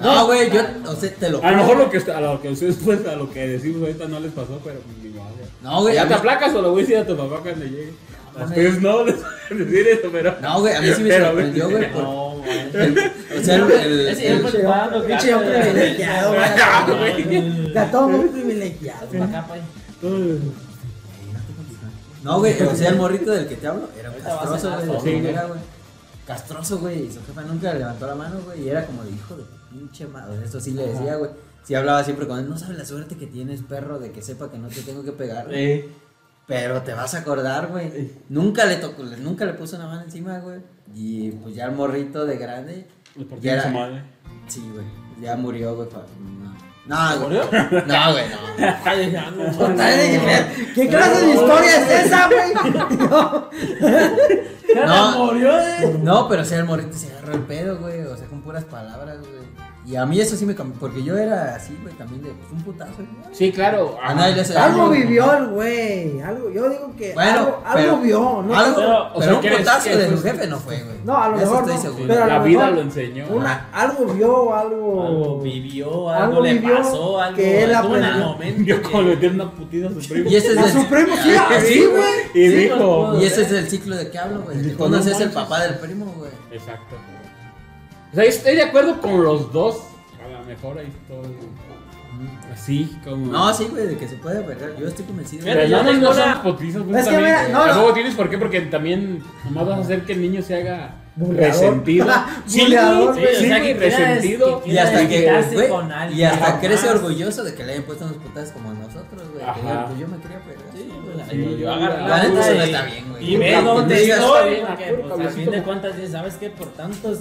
[SPEAKER 3] No, güey, yo, o sea, te
[SPEAKER 1] A
[SPEAKER 3] lo
[SPEAKER 1] lo
[SPEAKER 3] juro.
[SPEAKER 1] mejor lo que, está- a lo que ustedes, pues, a lo que decimos ahorita no les pasó, pero pues, ni madre.
[SPEAKER 3] No, güey. a
[SPEAKER 1] ¿Ya
[SPEAKER 3] mí-
[SPEAKER 1] te aplacas o lo voy a decir a tu papá cuando llegue? Pues no, les voy a decir eso, pero.
[SPEAKER 3] No, güey, a mí sí me
[SPEAKER 1] Pero,
[SPEAKER 3] sorprendió, güey. por-
[SPEAKER 4] No,
[SPEAKER 3] el-
[SPEAKER 4] güey.
[SPEAKER 3] O sea, el- el-
[SPEAKER 4] Ese
[SPEAKER 3] el-
[SPEAKER 4] hombre
[SPEAKER 2] Pinche
[SPEAKER 4] Pablo,
[SPEAKER 2] hombre- pinche hombre
[SPEAKER 4] gato.
[SPEAKER 2] privilegiado, güey.
[SPEAKER 1] Ah, güey.
[SPEAKER 2] Está todo muy privilegiado.
[SPEAKER 4] (laughs) Para acá, pues. pa' ahí.
[SPEAKER 3] No, güey, o sea, el morrito del que te hablo era un
[SPEAKER 4] Ahorita vas a
[SPEAKER 3] castroso,
[SPEAKER 4] cenar
[SPEAKER 3] güey.
[SPEAKER 4] solo,
[SPEAKER 3] de
[SPEAKER 1] güey.
[SPEAKER 3] primera, güey. Castroso, güey. Y su jefa nunca le levantó la mano, güey. Y era como de hijo de pinche madre. Esto sí le decía, güey. Sí hablaba siempre con él. No sabes la suerte que tienes, perro, de que sepa que no te tengo que pegar. güey.
[SPEAKER 1] Eh,
[SPEAKER 3] Pero te vas a acordar, güey. Nunca le tocó, le- nunca le puso una mano encima, güey. Y pues ya el morrito de grande.
[SPEAKER 1] le partí
[SPEAKER 3] Ya
[SPEAKER 1] su
[SPEAKER 3] era-
[SPEAKER 1] madre.
[SPEAKER 3] Sí, güey. Ya murió, güey. pa- No, no, güey.
[SPEAKER 4] ¿Murió?
[SPEAKER 3] (laughs) No, güey, no.
[SPEAKER 4] Ay, ya, no, no.
[SPEAKER 2] ¿Qué clase de historia es esa, güey?
[SPEAKER 3] No.
[SPEAKER 4] murió, eh.
[SPEAKER 3] No, pero o sea, el morrito se agarró el pedo, güey. O sea, con puras palabras, güey. Y a mí eso sí me cambió. Porque yo era así, güey, también de pues, un putazo. güey.
[SPEAKER 1] Sí, claro.
[SPEAKER 3] A nadie le hace
[SPEAKER 2] Algo
[SPEAKER 3] daño.
[SPEAKER 2] vivió el güey. Algo, yo digo que
[SPEAKER 3] Bueno,
[SPEAKER 2] algo, algo
[SPEAKER 3] pero-
[SPEAKER 2] vio, ¿no?
[SPEAKER 3] algo,
[SPEAKER 1] Pero, o
[SPEAKER 3] pero,
[SPEAKER 1] sea,
[SPEAKER 3] un
[SPEAKER 1] ¿quieres pues,
[SPEAKER 3] putazo
[SPEAKER 1] que
[SPEAKER 3] de su
[SPEAKER 1] eso-
[SPEAKER 3] jefe no fue, güey.
[SPEAKER 2] No, a lo
[SPEAKER 3] De eso
[SPEAKER 2] mejor
[SPEAKER 3] estoy
[SPEAKER 2] no,
[SPEAKER 3] seguro.
[SPEAKER 2] pero- a
[SPEAKER 1] la
[SPEAKER 2] lo
[SPEAKER 1] vida
[SPEAKER 2] mejor
[SPEAKER 1] lo enseñó.
[SPEAKER 2] Una, algo vio, algo.
[SPEAKER 4] Algo vivió, algo,
[SPEAKER 2] Algo
[SPEAKER 4] le
[SPEAKER 2] vivió
[SPEAKER 4] pasó, algo
[SPEAKER 2] que él
[SPEAKER 4] estuvo en el
[SPEAKER 2] aprendió.
[SPEAKER 1] (laughs)
[SPEAKER 4] momento.
[SPEAKER 1] Yo
[SPEAKER 4] que-
[SPEAKER 1] como le dieron una putida a su primo. (laughs)
[SPEAKER 3] Y ese es
[SPEAKER 2] A
[SPEAKER 3] el,
[SPEAKER 2] su primo, sí,
[SPEAKER 1] Ah,
[SPEAKER 2] así, güey.
[SPEAKER 1] Y
[SPEAKER 4] Sí,
[SPEAKER 1] dijo.
[SPEAKER 4] pues,
[SPEAKER 3] y ese es el ciclo de que hablo, güey. de Que
[SPEAKER 1] Dijo,
[SPEAKER 3] cuando
[SPEAKER 1] no
[SPEAKER 3] es el
[SPEAKER 1] manches.
[SPEAKER 3] papá del primo, güey.
[SPEAKER 1] Exacto. O sea, estoy de acuerdo con los dos. A lo mejor ahí estoy. Así, como.
[SPEAKER 3] No, sí, güey, de que se puede perder. Yo estoy convencido.
[SPEAKER 1] Pero
[SPEAKER 4] Pero
[SPEAKER 1] ya
[SPEAKER 4] yo
[SPEAKER 1] no,
[SPEAKER 4] tengo
[SPEAKER 1] no
[SPEAKER 4] una-
[SPEAKER 1] son potizos,
[SPEAKER 2] Es que mira, no, no.
[SPEAKER 1] Luego tienes por qué, porque también nomás vas a hacer que el niño se haga
[SPEAKER 2] Buleador.
[SPEAKER 1] resentido.
[SPEAKER 2] Buleador,
[SPEAKER 1] sí,
[SPEAKER 4] güey.
[SPEAKER 1] sí,
[SPEAKER 4] O sea,
[SPEAKER 1] güey,
[SPEAKER 4] que quieras-
[SPEAKER 1] resentido.
[SPEAKER 4] que
[SPEAKER 3] Y hasta que,
[SPEAKER 4] Quedarse
[SPEAKER 3] güey,
[SPEAKER 4] con alguien,
[SPEAKER 3] y hasta
[SPEAKER 4] jamás.
[SPEAKER 3] crece orgulloso de que le hayan puesto unos putas como nosotros, güey.
[SPEAKER 1] Ajá.
[SPEAKER 3] Que digan, Pues yo me quería pegar.
[SPEAKER 4] Sí,
[SPEAKER 3] güey.
[SPEAKER 4] güey,
[SPEAKER 1] Sí,
[SPEAKER 4] yo- yo
[SPEAKER 1] la
[SPEAKER 4] agarré
[SPEAKER 3] neta,
[SPEAKER 4] onda
[SPEAKER 3] eso no
[SPEAKER 4] y-
[SPEAKER 3] está bien, güey.
[SPEAKER 4] Y ve
[SPEAKER 1] La
[SPEAKER 4] dónde
[SPEAKER 1] policía está
[SPEAKER 4] estoy,
[SPEAKER 1] bien,
[SPEAKER 4] porque
[SPEAKER 1] acá,
[SPEAKER 4] pues, a fin
[SPEAKER 1] cabecito.
[SPEAKER 4] de cuentas, dices, ¿sabes qué? Por tantas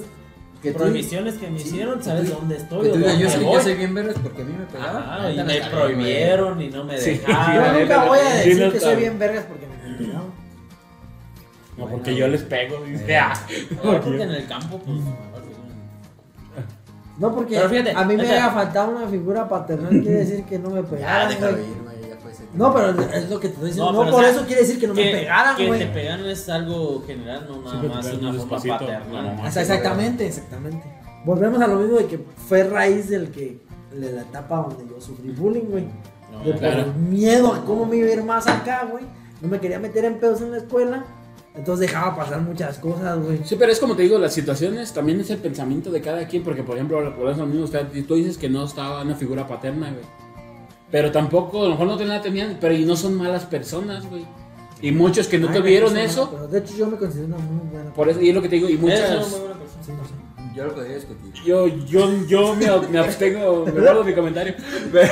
[SPEAKER 3] Que tú-
[SPEAKER 4] prohibiciones que me hicieron, ¿sabes
[SPEAKER 3] tú-
[SPEAKER 4] dónde
[SPEAKER 3] Que
[SPEAKER 4] estoy?
[SPEAKER 3] tú
[SPEAKER 4] o
[SPEAKER 3] digas,
[SPEAKER 4] dónde
[SPEAKER 3] yo, soy, yo
[SPEAKER 4] voy?
[SPEAKER 3] soy bien vergas porque a mí me pegaban.
[SPEAKER 4] Ajá,
[SPEAKER 3] Ahorita
[SPEAKER 4] y
[SPEAKER 3] la
[SPEAKER 4] me
[SPEAKER 3] cagué,
[SPEAKER 4] prohibieron y no me
[SPEAKER 1] Sí,
[SPEAKER 2] Yo
[SPEAKER 1] la
[SPEAKER 4] dejaron.
[SPEAKER 1] neta.
[SPEAKER 2] nunca voy a
[SPEAKER 1] Sí, no
[SPEAKER 2] decir que
[SPEAKER 1] está.
[SPEAKER 2] soy bien vergas porque me contaron.
[SPEAKER 1] No, porque yo les pego, dice.
[SPEAKER 3] Eh.
[SPEAKER 1] ah.
[SPEAKER 4] No, porque en el campo, pues. mejor que no.
[SPEAKER 2] No, porque
[SPEAKER 4] Pero fíjate,
[SPEAKER 2] a mí me
[SPEAKER 4] o sea-
[SPEAKER 2] había faltado una figura paternal, quiere decir que no me
[SPEAKER 3] güey.
[SPEAKER 4] Ah,
[SPEAKER 2] pegaron,
[SPEAKER 3] Ya, déjalo
[SPEAKER 2] güey.
[SPEAKER 3] ir, güey. Ya fue ese tiempo.
[SPEAKER 2] No, pero es lo que te estoy diciendo.
[SPEAKER 4] No,
[SPEAKER 2] No,
[SPEAKER 4] pero,
[SPEAKER 2] por
[SPEAKER 4] o sea,
[SPEAKER 2] eso quiere decir que no me pegaran,
[SPEAKER 4] que
[SPEAKER 2] güey.
[SPEAKER 4] te pegaron es algo general, no nada
[SPEAKER 1] Sí, que te
[SPEAKER 4] más
[SPEAKER 1] pegaron
[SPEAKER 4] una forma
[SPEAKER 1] despacito,
[SPEAKER 4] paterna.
[SPEAKER 1] la mamá.
[SPEAKER 2] O sea, exactamente, exactamente. Volvemos a lo mismo de que fue raíz del que de la etapa donde yo sufrí bullying, güey.
[SPEAKER 4] No,
[SPEAKER 2] De por
[SPEAKER 1] claro.
[SPEAKER 2] el miedo a cómo me iba a ir más acá, güey. No me quería meter en pedos en la escuela. Entonces dejaba pasar muchas cosas, güey.
[SPEAKER 1] Sí, pero es como te digo, las situaciones también es el pensamiento de cada quien, porque por ejemplo, por eso mismo, usted, tú dices que no estaba una figura paterna, güey. Pero tampoco, a lo mejor no tenían, tenían pero y no son malas personas, güey. Y muchos que no
[SPEAKER 2] Ay,
[SPEAKER 1] tuvieron
[SPEAKER 2] me considero-
[SPEAKER 1] eso,
[SPEAKER 2] pero de hecho, yo me considero una muy buena
[SPEAKER 1] por eso, y es lo que te digo, y
[SPEAKER 4] Eres
[SPEAKER 1] muchas...
[SPEAKER 4] una muy buena persona.
[SPEAKER 2] persona, sí, no sé.
[SPEAKER 3] Yo lo podría discutir.
[SPEAKER 1] Yo, yo, yo me, ab- me abstengo, me guardo mi comentario. Pero,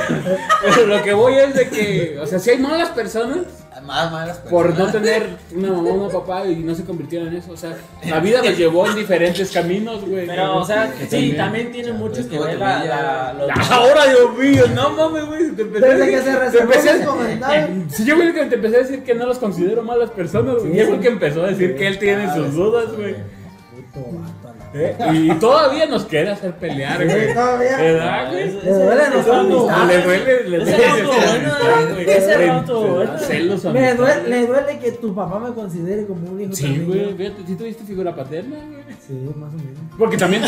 [SPEAKER 1] pero lo que voy es de que, o sea, si hay malas personas
[SPEAKER 3] Más malas
[SPEAKER 1] por no
[SPEAKER 3] personas.
[SPEAKER 1] tener una mamá, un papá y no se convirtieron en eso. O sea, la vida los llevó en diferentes caminos, güey.
[SPEAKER 4] Pero, o sea,
[SPEAKER 1] Que
[SPEAKER 4] sí, también tiene mucho
[SPEAKER 3] es
[SPEAKER 4] que
[SPEAKER 3] como
[SPEAKER 4] ver
[SPEAKER 3] tu
[SPEAKER 4] la,
[SPEAKER 3] familia,
[SPEAKER 1] Ya,
[SPEAKER 4] la- los-
[SPEAKER 1] Ah, Ahora, Dios mío, no mames, güey. Te empecé a
[SPEAKER 2] Desde que
[SPEAKER 1] decir-
[SPEAKER 2] se
[SPEAKER 1] te
[SPEAKER 2] reservó
[SPEAKER 1] empecé a
[SPEAKER 2] el
[SPEAKER 1] decir-
[SPEAKER 2] comentario.
[SPEAKER 1] (laughs) Si yo creo que te empecé a decir que no los considero malas personas, güey.
[SPEAKER 2] Sí,
[SPEAKER 1] y es
[SPEAKER 2] sí.
[SPEAKER 1] porque empezó a decir que él tiene
[SPEAKER 3] Ah,
[SPEAKER 1] sus
[SPEAKER 3] sí,
[SPEAKER 1] dudas,
[SPEAKER 3] sí,
[SPEAKER 1] güey.
[SPEAKER 2] Puto vato, a la-
[SPEAKER 1] ¿Eh? Y todavía nos quiere hacer pelear, güey.
[SPEAKER 2] Todavía.
[SPEAKER 1] ¿Verdad, güey?
[SPEAKER 4] Ese-
[SPEAKER 2] Le
[SPEAKER 4] ese
[SPEAKER 2] duele
[SPEAKER 4] rato
[SPEAKER 2] nuestra
[SPEAKER 4] bueno,
[SPEAKER 2] amistad.
[SPEAKER 1] Le duele, le
[SPEAKER 4] Ese
[SPEAKER 1] duele.
[SPEAKER 4] rato bueno,
[SPEAKER 1] güey.
[SPEAKER 4] ese
[SPEAKER 1] Le-
[SPEAKER 4] rato
[SPEAKER 1] le eh, da
[SPEAKER 4] bueno.
[SPEAKER 1] celos a
[SPEAKER 2] Me
[SPEAKER 1] mi
[SPEAKER 2] duele,
[SPEAKER 1] padre.
[SPEAKER 2] le duele que tu papá me considere como un hijo.
[SPEAKER 1] Sí,
[SPEAKER 2] también,
[SPEAKER 1] güey.
[SPEAKER 2] yo.
[SPEAKER 1] Fíjate, ¿sí tuviste figura paterna, güey?
[SPEAKER 2] Sí, más o menos.
[SPEAKER 1] Porque
[SPEAKER 2] (laughs)
[SPEAKER 1] también.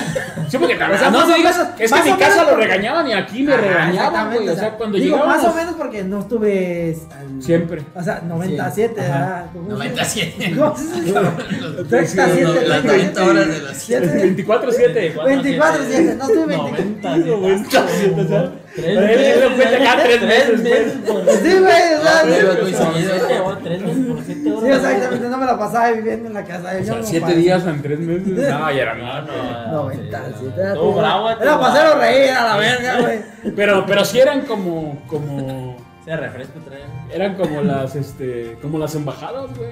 [SPEAKER 1] Sí, porque también.
[SPEAKER 2] O sea,
[SPEAKER 1] no
[SPEAKER 2] más o
[SPEAKER 1] te digas.
[SPEAKER 2] menos-
[SPEAKER 1] Es que
[SPEAKER 2] más
[SPEAKER 1] en mi
[SPEAKER 2] o menos
[SPEAKER 1] casa lo
[SPEAKER 2] porque-
[SPEAKER 1] regañaban y aquí me
[SPEAKER 2] Ajá,
[SPEAKER 1] regañaban,
[SPEAKER 2] Ah, exactamente,
[SPEAKER 1] güey. O sea, cuando
[SPEAKER 2] digo,
[SPEAKER 1] llegábamos.
[SPEAKER 2] más o menos porque no estuve al-
[SPEAKER 1] Siempre.
[SPEAKER 2] O sea, 97,
[SPEAKER 1] Ajá.
[SPEAKER 2] ¿verdad? ¿Cómo se-
[SPEAKER 3] 97.
[SPEAKER 2] ¿Cómo se dice?
[SPEAKER 3] Los-
[SPEAKER 2] 37,
[SPEAKER 3] los- Las 90 horas de las
[SPEAKER 2] 7.
[SPEAKER 1] 24-7.
[SPEAKER 2] 24, 7, no estuve
[SPEAKER 4] (laughs) 90,
[SPEAKER 2] 24.
[SPEAKER 1] o sea,
[SPEAKER 4] Tres
[SPEAKER 1] Él- él lo
[SPEAKER 4] meses,
[SPEAKER 1] cuenta cada tres meses,
[SPEAKER 4] por-
[SPEAKER 2] Sí, güey, o sea,
[SPEAKER 3] pero-
[SPEAKER 2] sí,
[SPEAKER 3] güey,
[SPEAKER 4] Por
[SPEAKER 3] seguido.
[SPEAKER 4] siete horas, tres meses por siete
[SPEAKER 2] sí,
[SPEAKER 4] horas.
[SPEAKER 2] exactamente, no me la pasaba viviendo en la casa.
[SPEAKER 1] O
[SPEAKER 2] de
[SPEAKER 1] sea, siete días en tres meses. No, ya era
[SPEAKER 4] Ah, No,
[SPEAKER 1] nada.
[SPEAKER 4] no, Ah, no,
[SPEAKER 2] 97,
[SPEAKER 4] Era
[SPEAKER 2] era
[SPEAKER 4] todo bravo,
[SPEAKER 2] Era para hacerlo reír a la verga, güey.
[SPEAKER 1] Pero, pero sí eran como, como,
[SPEAKER 4] Se refresco trae.
[SPEAKER 1] eran como las, este, como las embajadas, güey.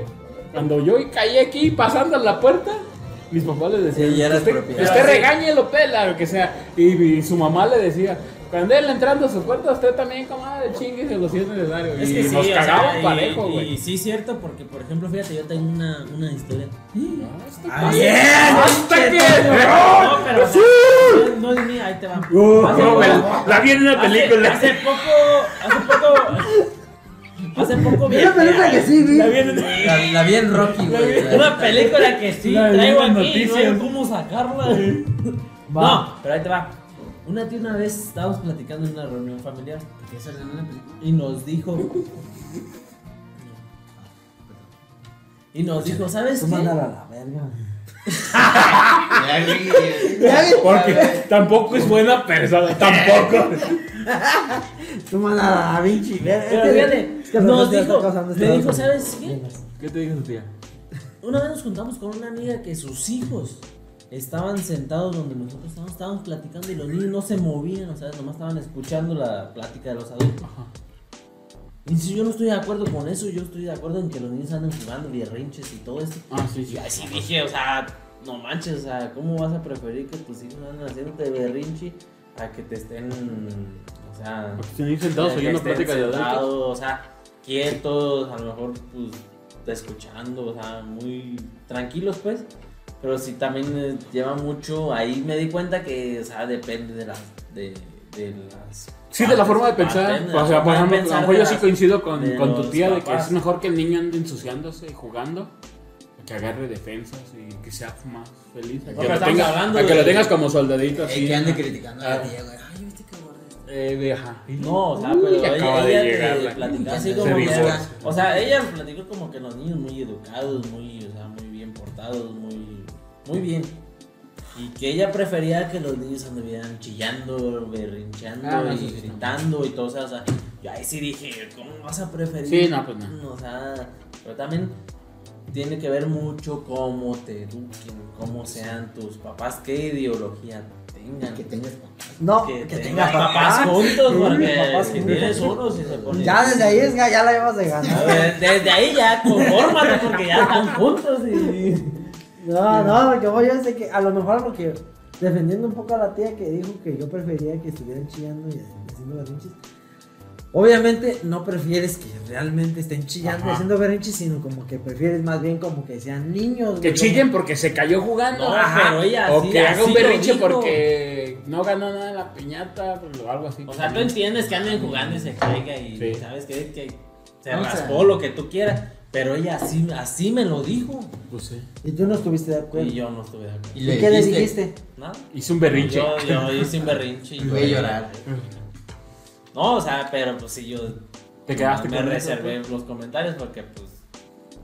[SPEAKER 1] Cuando yo caí aquí pasando la puerta, mis papás les decían,
[SPEAKER 3] Sí, ya eras
[SPEAKER 1] usted,
[SPEAKER 3] propiedad".
[SPEAKER 1] usted
[SPEAKER 4] Sí.
[SPEAKER 1] regáñelo, pela, lo que sea. Y, mi- su mamá le decía, cuando él entrando a su puerta, usted también, comadre, chingue, se lo si es necesario.
[SPEAKER 4] Es
[SPEAKER 1] y
[SPEAKER 4] que sí,
[SPEAKER 1] nos
[SPEAKER 4] o sea,
[SPEAKER 1] cagaban
[SPEAKER 4] y-
[SPEAKER 1] parejo,
[SPEAKER 4] y,
[SPEAKER 1] güey.
[SPEAKER 4] sí, es cierto, porque por ejemplo, fíjate, yo tengo una, una (gasps) historia.
[SPEAKER 1] Ah,
[SPEAKER 2] bien,
[SPEAKER 1] ¡Hasta que!
[SPEAKER 4] No,
[SPEAKER 1] ¡No!
[SPEAKER 4] pero o sea, no, no es mía, ahí te va.
[SPEAKER 1] Uh,
[SPEAKER 4] Hace
[SPEAKER 1] no,
[SPEAKER 4] poco-
[SPEAKER 1] la- la vi en una
[SPEAKER 4] hace-
[SPEAKER 1] película.
[SPEAKER 4] Hace, poco, hace poco, hace poco vi.
[SPEAKER 2] Una película que sí vi.
[SPEAKER 1] La vi en-
[SPEAKER 3] La, la vi en Rocky, güey.
[SPEAKER 4] Una película que sí
[SPEAKER 1] La vi
[SPEAKER 4] traigo
[SPEAKER 1] en
[SPEAKER 4] aquí y no hay
[SPEAKER 1] noticias.
[SPEAKER 4] cómo
[SPEAKER 2] (laughs)
[SPEAKER 4] sacarla. No, pero ahí te va. Una tía una vez estábamos platicando en una reunión familiar
[SPEAKER 3] ¿Qué es en una película?
[SPEAKER 4] y nos dijo. Y nos dijo, ¿sabes
[SPEAKER 2] Tú
[SPEAKER 4] qué?
[SPEAKER 2] mándala a la verga.
[SPEAKER 3] Ya, güey.
[SPEAKER 2] Ya vi.
[SPEAKER 1] Porque tampoco es buena persona, tampoco.
[SPEAKER 2] Tú mándala a la pinche verga.
[SPEAKER 4] Pero
[SPEAKER 2] Es que-
[SPEAKER 4] fíjate,
[SPEAKER 2] es que
[SPEAKER 4] nos
[SPEAKER 2] Fernando está
[SPEAKER 4] dijo,
[SPEAKER 2] causando
[SPEAKER 4] le
[SPEAKER 2] este-
[SPEAKER 4] dijo, ¿sabes qué?
[SPEAKER 1] ¿Qué te dijo tu tía?
[SPEAKER 4] Una vez nos juntamos con una amiga que sus hijos estaban sentados donde nosotros estábamos, estábamos platicando y los niños no se movían, o sea, nomás estaban escuchando la plática de los adultos. Y si yo no estoy de acuerdo con eso, yo estoy de acuerdo en que los niños anden jugando berrinches y todo esto.
[SPEAKER 1] Ah, sí, sí.
[SPEAKER 4] Y así dije, o sea, no manches, o sea, ¿cómo vas a preferir que tus hijos anden haciéndote berrinche a que te estén, o sea,
[SPEAKER 1] Porque están ahí sentados
[SPEAKER 4] que
[SPEAKER 1] oyendo
[SPEAKER 4] estén
[SPEAKER 1] plática de adultos.
[SPEAKER 4] sentados, O sea, quietos, a lo mejor pues escuchando, o sea, muy tranquilos pues. Pero sí también eh, lleva mucho, ahí me di cuenta que, o sea, depende de las... De, de las
[SPEAKER 1] Sí, de la forma de
[SPEAKER 4] partes,
[SPEAKER 1] pensar.
[SPEAKER 4] de la
[SPEAKER 1] O sea, por
[SPEAKER 4] forma
[SPEAKER 1] ejemplo,
[SPEAKER 4] de
[SPEAKER 1] a lo
[SPEAKER 4] pensar
[SPEAKER 1] mejor
[SPEAKER 4] de
[SPEAKER 1] yo sí
[SPEAKER 4] las-
[SPEAKER 1] coincido con,
[SPEAKER 4] de
[SPEAKER 1] con tu
[SPEAKER 4] los
[SPEAKER 1] tía de que
[SPEAKER 4] papás.
[SPEAKER 1] es mejor que el niño ande ensuciándose y jugando. Que agarre defensas y que sea más feliz. A que,
[SPEAKER 4] Porque
[SPEAKER 1] lo,
[SPEAKER 4] estamos
[SPEAKER 1] tenga-
[SPEAKER 4] hablando
[SPEAKER 1] a que lo
[SPEAKER 4] de-
[SPEAKER 1] tengas como soldadito así.
[SPEAKER 3] Eh, que ande
[SPEAKER 1] ajá.
[SPEAKER 3] criticando a
[SPEAKER 1] Ah.
[SPEAKER 3] la tía, güey. Ay, viste que gorda está.
[SPEAKER 1] Eh, de- ajá.
[SPEAKER 4] No, o sea,
[SPEAKER 1] Uy,
[SPEAKER 4] pero ella,
[SPEAKER 1] acaba de
[SPEAKER 4] ella
[SPEAKER 1] llegar
[SPEAKER 4] te
[SPEAKER 1] la-
[SPEAKER 4] platicó así
[SPEAKER 3] Se
[SPEAKER 4] como que
[SPEAKER 1] divorció.
[SPEAKER 4] era- O sea, ella platicó como que los niños muy educados, muy, o sea, muy bien portados, muy, muy bien. Y que ella prefería que los niños anduvieran chillando, berrinchando
[SPEAKER 1] Ah, no,
[SPEAKER 4] y
[SPEAKER 1] eso sí está
[SPEAKER 4] gritando y todo, o sea, o sea, yo ahí sí dije, ¿cómo vas a preferir?
[SPEAKER 1] Sí, no, pues no.
[SPEAKER 4] O sea, pero también tiene que ver mucho cómo te eduquen, cómo sean tus papás, qué ideología tengan
[SPEAKER 3] Que tengas papá.
[SPEAKER 2] No,
[SPEAKER 4] que,
[SPEAKER 2] que,
[SPEAKER 4] tengas
[SPEAKER 2] tenga
[SPEAKER 4] papás,
[SPEAKER 2] papás.
[SPEAKER 4] juntos, porque
[SPEAKER 2] papás
[SPEAKER 4] si
[SPEAKER 2] juntos.
[SPEAKER 4] tienes uno, si se pone.
[SPEAKER 2] Ya desde ahí es, ya la llevas de
[SPEAKER 4] A
[SPEAKER 2] ganar.
[SPEAKER 4] ver, desde ahí ya confórmate, porque ya están juntos y.
[SPEAKER 2] No, no, lo que voy yo es de que a lo mejor lo que defendiendo un poco a la tía que dijo que yo prefería que estuvieran chillando y haciendo berrinches. Obviamente no prefieres que realmente estén chillando y
[SPEAKER 1] Ajá.
[SPEAKER 2] haciendo berrinches, sino como que prefieres más bien como que sean niños.
[SPEAKER 1] Que
[SPEAKER 2] güey.
[SPEAKER 1] chillen porque se cayó jugando.
[SPEAKER 4] No,
[SPEAKER 1] ajá.
[SPEAKER 4] pero ella
[SPEAKER 1] o
[SPEAKER 4] sí-
[SPEAKER 1] que haga
[SPEAKER 4] así
[SPEAKER 1] un
[SPEAKER 4] lo
[SPEAKER 1] berrinche
[SPEAKER 4] dijo.
[SPEAKER 1] porque no ganó nada en la piñata o algo así.
[SPEAKER 4] O sea, tú entiendes que anden jugando y se caiga y
[SPEAKER 1] Sí.
[SPEAKER 4] sabes que, que se
[SPEAKER 3] No, o sea-
[SPEAKER 4] raspó lo que tú quieras. Pero ella así, así me lo dijo.
[SPEAKER 1] Pues sí.
[SPEAKER 2] Y tú no estuviste de acuerdo.
[SPEAKER 4] Y
[SPEAKER 2] ¿Y,
[SPEAKER 4] yo no estuve de acuerdo.
[SPEAKER 2] qué le dijiste?
[SPEAKER 4] ¿No?
[SPEAKER 1] Hizo un berrinche.
[SPEAKER 4] Yo, yo hice un berrinche y
[SPEAKER 3] Y voy a llorar.
[SPEAKER 4] No, o sea, pero pues sí, yo.
[SPEAKER 1] (laughs) Te quedaste
[SPEAKER 4] Me
[SPEAKER 1] con eso,
[SPEAKER 4] reservé los comentarios porque pues.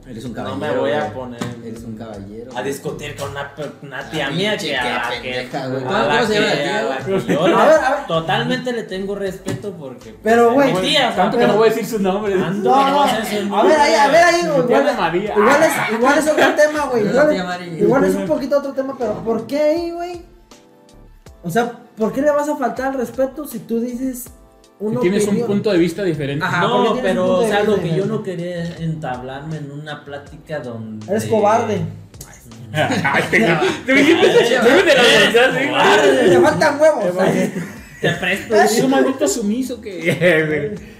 [SPEAKER 3] Eres un
[SPEAKER 4] No
[SPEAKER 3] caballero.
[SPEAKER 4] me voy a
[SPEAKER 3] güey.
[SPEAKER 4] poner
[SPEAKER 3] Eres un caballero.
[SPEAKER 4] a
[SPEAKER 3] güey.
[SPEAKER 4] discutir con una, pe- una
[SPEAKER 3] La
[SPEAKER 4] tía mía
[SPEAKER 3] pinche
[SPEAKER 4] que a la
[SPEAKER 3] tía
[SPEAKER 4] que.
[SPEAKER 3] pendeja, güey.
[SPEAKER 4] a
[SPEAKER 3] ¿Cómo- cómo se
[SPEAKER 4] que-
[SPEAKER 3] llama la tía,
[SPEAKER 4] a la
[SPEAKER 3] güey?
[SPEAKER 4] que yo le-
[SPEAKER 2] A ver, a ver.
[SPEAKER 4] Totalmente le tengo respeto porque. pues,
[SPEAKER 2] Pero,
[SPEAKER 4] es
[SPEAKER 2] güey,
[SPEAKER 4] mi tía, o sea,
[SPEAKER 1] Tanto que no voy a decir su nombre.
[SPEAKER 4] Ando-
[SPEAKER 2] No, no, a ver, ahí, a ver, ahí, güey,
[SPEAKER 1] Tía
[SPEAKER 2] igual,
[SPEAKER 1] Ana María. Ah,
[SPEAKER 2] igual es, igual es otro tema, güey.
[SPEAKER 3] Yo la
[SPEAKER 2] Igual,
[SPEAKER 3] tía María.
[SPEAKER 2] igual es un poquito otro tema, pero ¿por qué ahí, güey? O sea, ¿por qué le vas a faltar al respeto si tú dices
[SPEAKER 1] Si
[SPEAKER 2] una
[SPEAKER 1] tienes un
[SPEAKER 2] opinión?
[SPEAKER 1] punto de vista diferente.
[SPEAKER 2] Ajá. porque tienes
[SPEAKER 4] no,
[SPEAKER 2] un
[SPEAKER 4] pero,
[SPEAKER 2] punto
[SPEAKER 4] o
[SPEAKER 2] de
[SPEAKER 4] sea, lo
[SPEAKER 2] vista
[SPEAKER 4] que yo
[SPEAKER 2] diferente.
[SPEAKER 4] no quería es entablarme en una plática donde.
[SPEAKER 2] Eres cobarde.
[SPEAKER 1] (laughs) Ay, te-
[SPEAKER 2] (laughs)
[SPEAKER 1] te dijiste, "Tú te la lanzaste".
[SPEAKER 2] Te faltan huevos.
[SPEAKER 4] Te presto.
[SPEAKER 1] Es un maldito sumiso que. (laughs)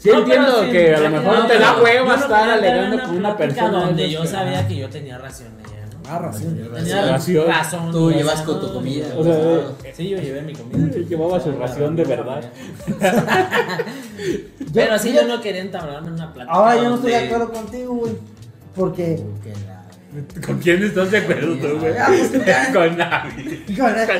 [SPEAKER 1] Sí,
[SPEAKER 4] No,
[SPEAKER 1] entiendo
[SPEAKER 4] pero sí,
[SPEAKER 1] que a lo
[SPEAKER 4] no,
[SPEAKER 1] mejor
[SPEAKER 4] no,
[SPEAKER 1] te da
[SPEAKER 4] pero
[SPEAKER 1] hueva
[SPEAKER 4] yo no
[SPEAKER 1] estar
[SPEAKER 4] quería entrar en
[SPEAKER 1] alegando con una
[SPEAKER 4] plática
[SPEAKER 1] persona.
[SPEAKER 4] Donde
[SPEAKER 1] de
[SPEAKER 4] yo
[SPEAKER 1] esas que-
[SPEAKER 4] sabía que yo tenía razón ella, ¿no?
[SPEAKER 2] (laughs) Ah, razón.
[SPEAKER 4] Tenía
[SPEAKER 1] Ración.
[SPEAKER 4] razón.
[SPEAKER 3] Tú
[SPEAKER 4] o sea,
[SPEAKER 3] llevas con
[SPEAKER 4] no,
[SPEAKER 3] tu comida. pues,
[SPEAKER 1] O sea, eh,
[SPEAKER 3] güey.
[SPEAKER 4] Sí, yo llevé mi comida. eh.
[SPEAKER 1] Sí, llevaba su ración de verdad.
[SPEAKER 4] Pero sí, yo no quería entablarme en una plática.
[SPEAKER 1] Ah,
[SPEAKER 2] Ahora yo no estoy de
[SPEAKER 4] donde-
[SPEAKER 2] acuerdo contigo, güey. Porque.
[SPEAKER 3] Que la-
[SPEAKER 1] ¿Con quién estás de acuerdo tú, güey?
[SPEAKER 2] Ah, pues, tú,
[SPEAKER 1] Con nadie.
[SPEAKER 2] Híjole,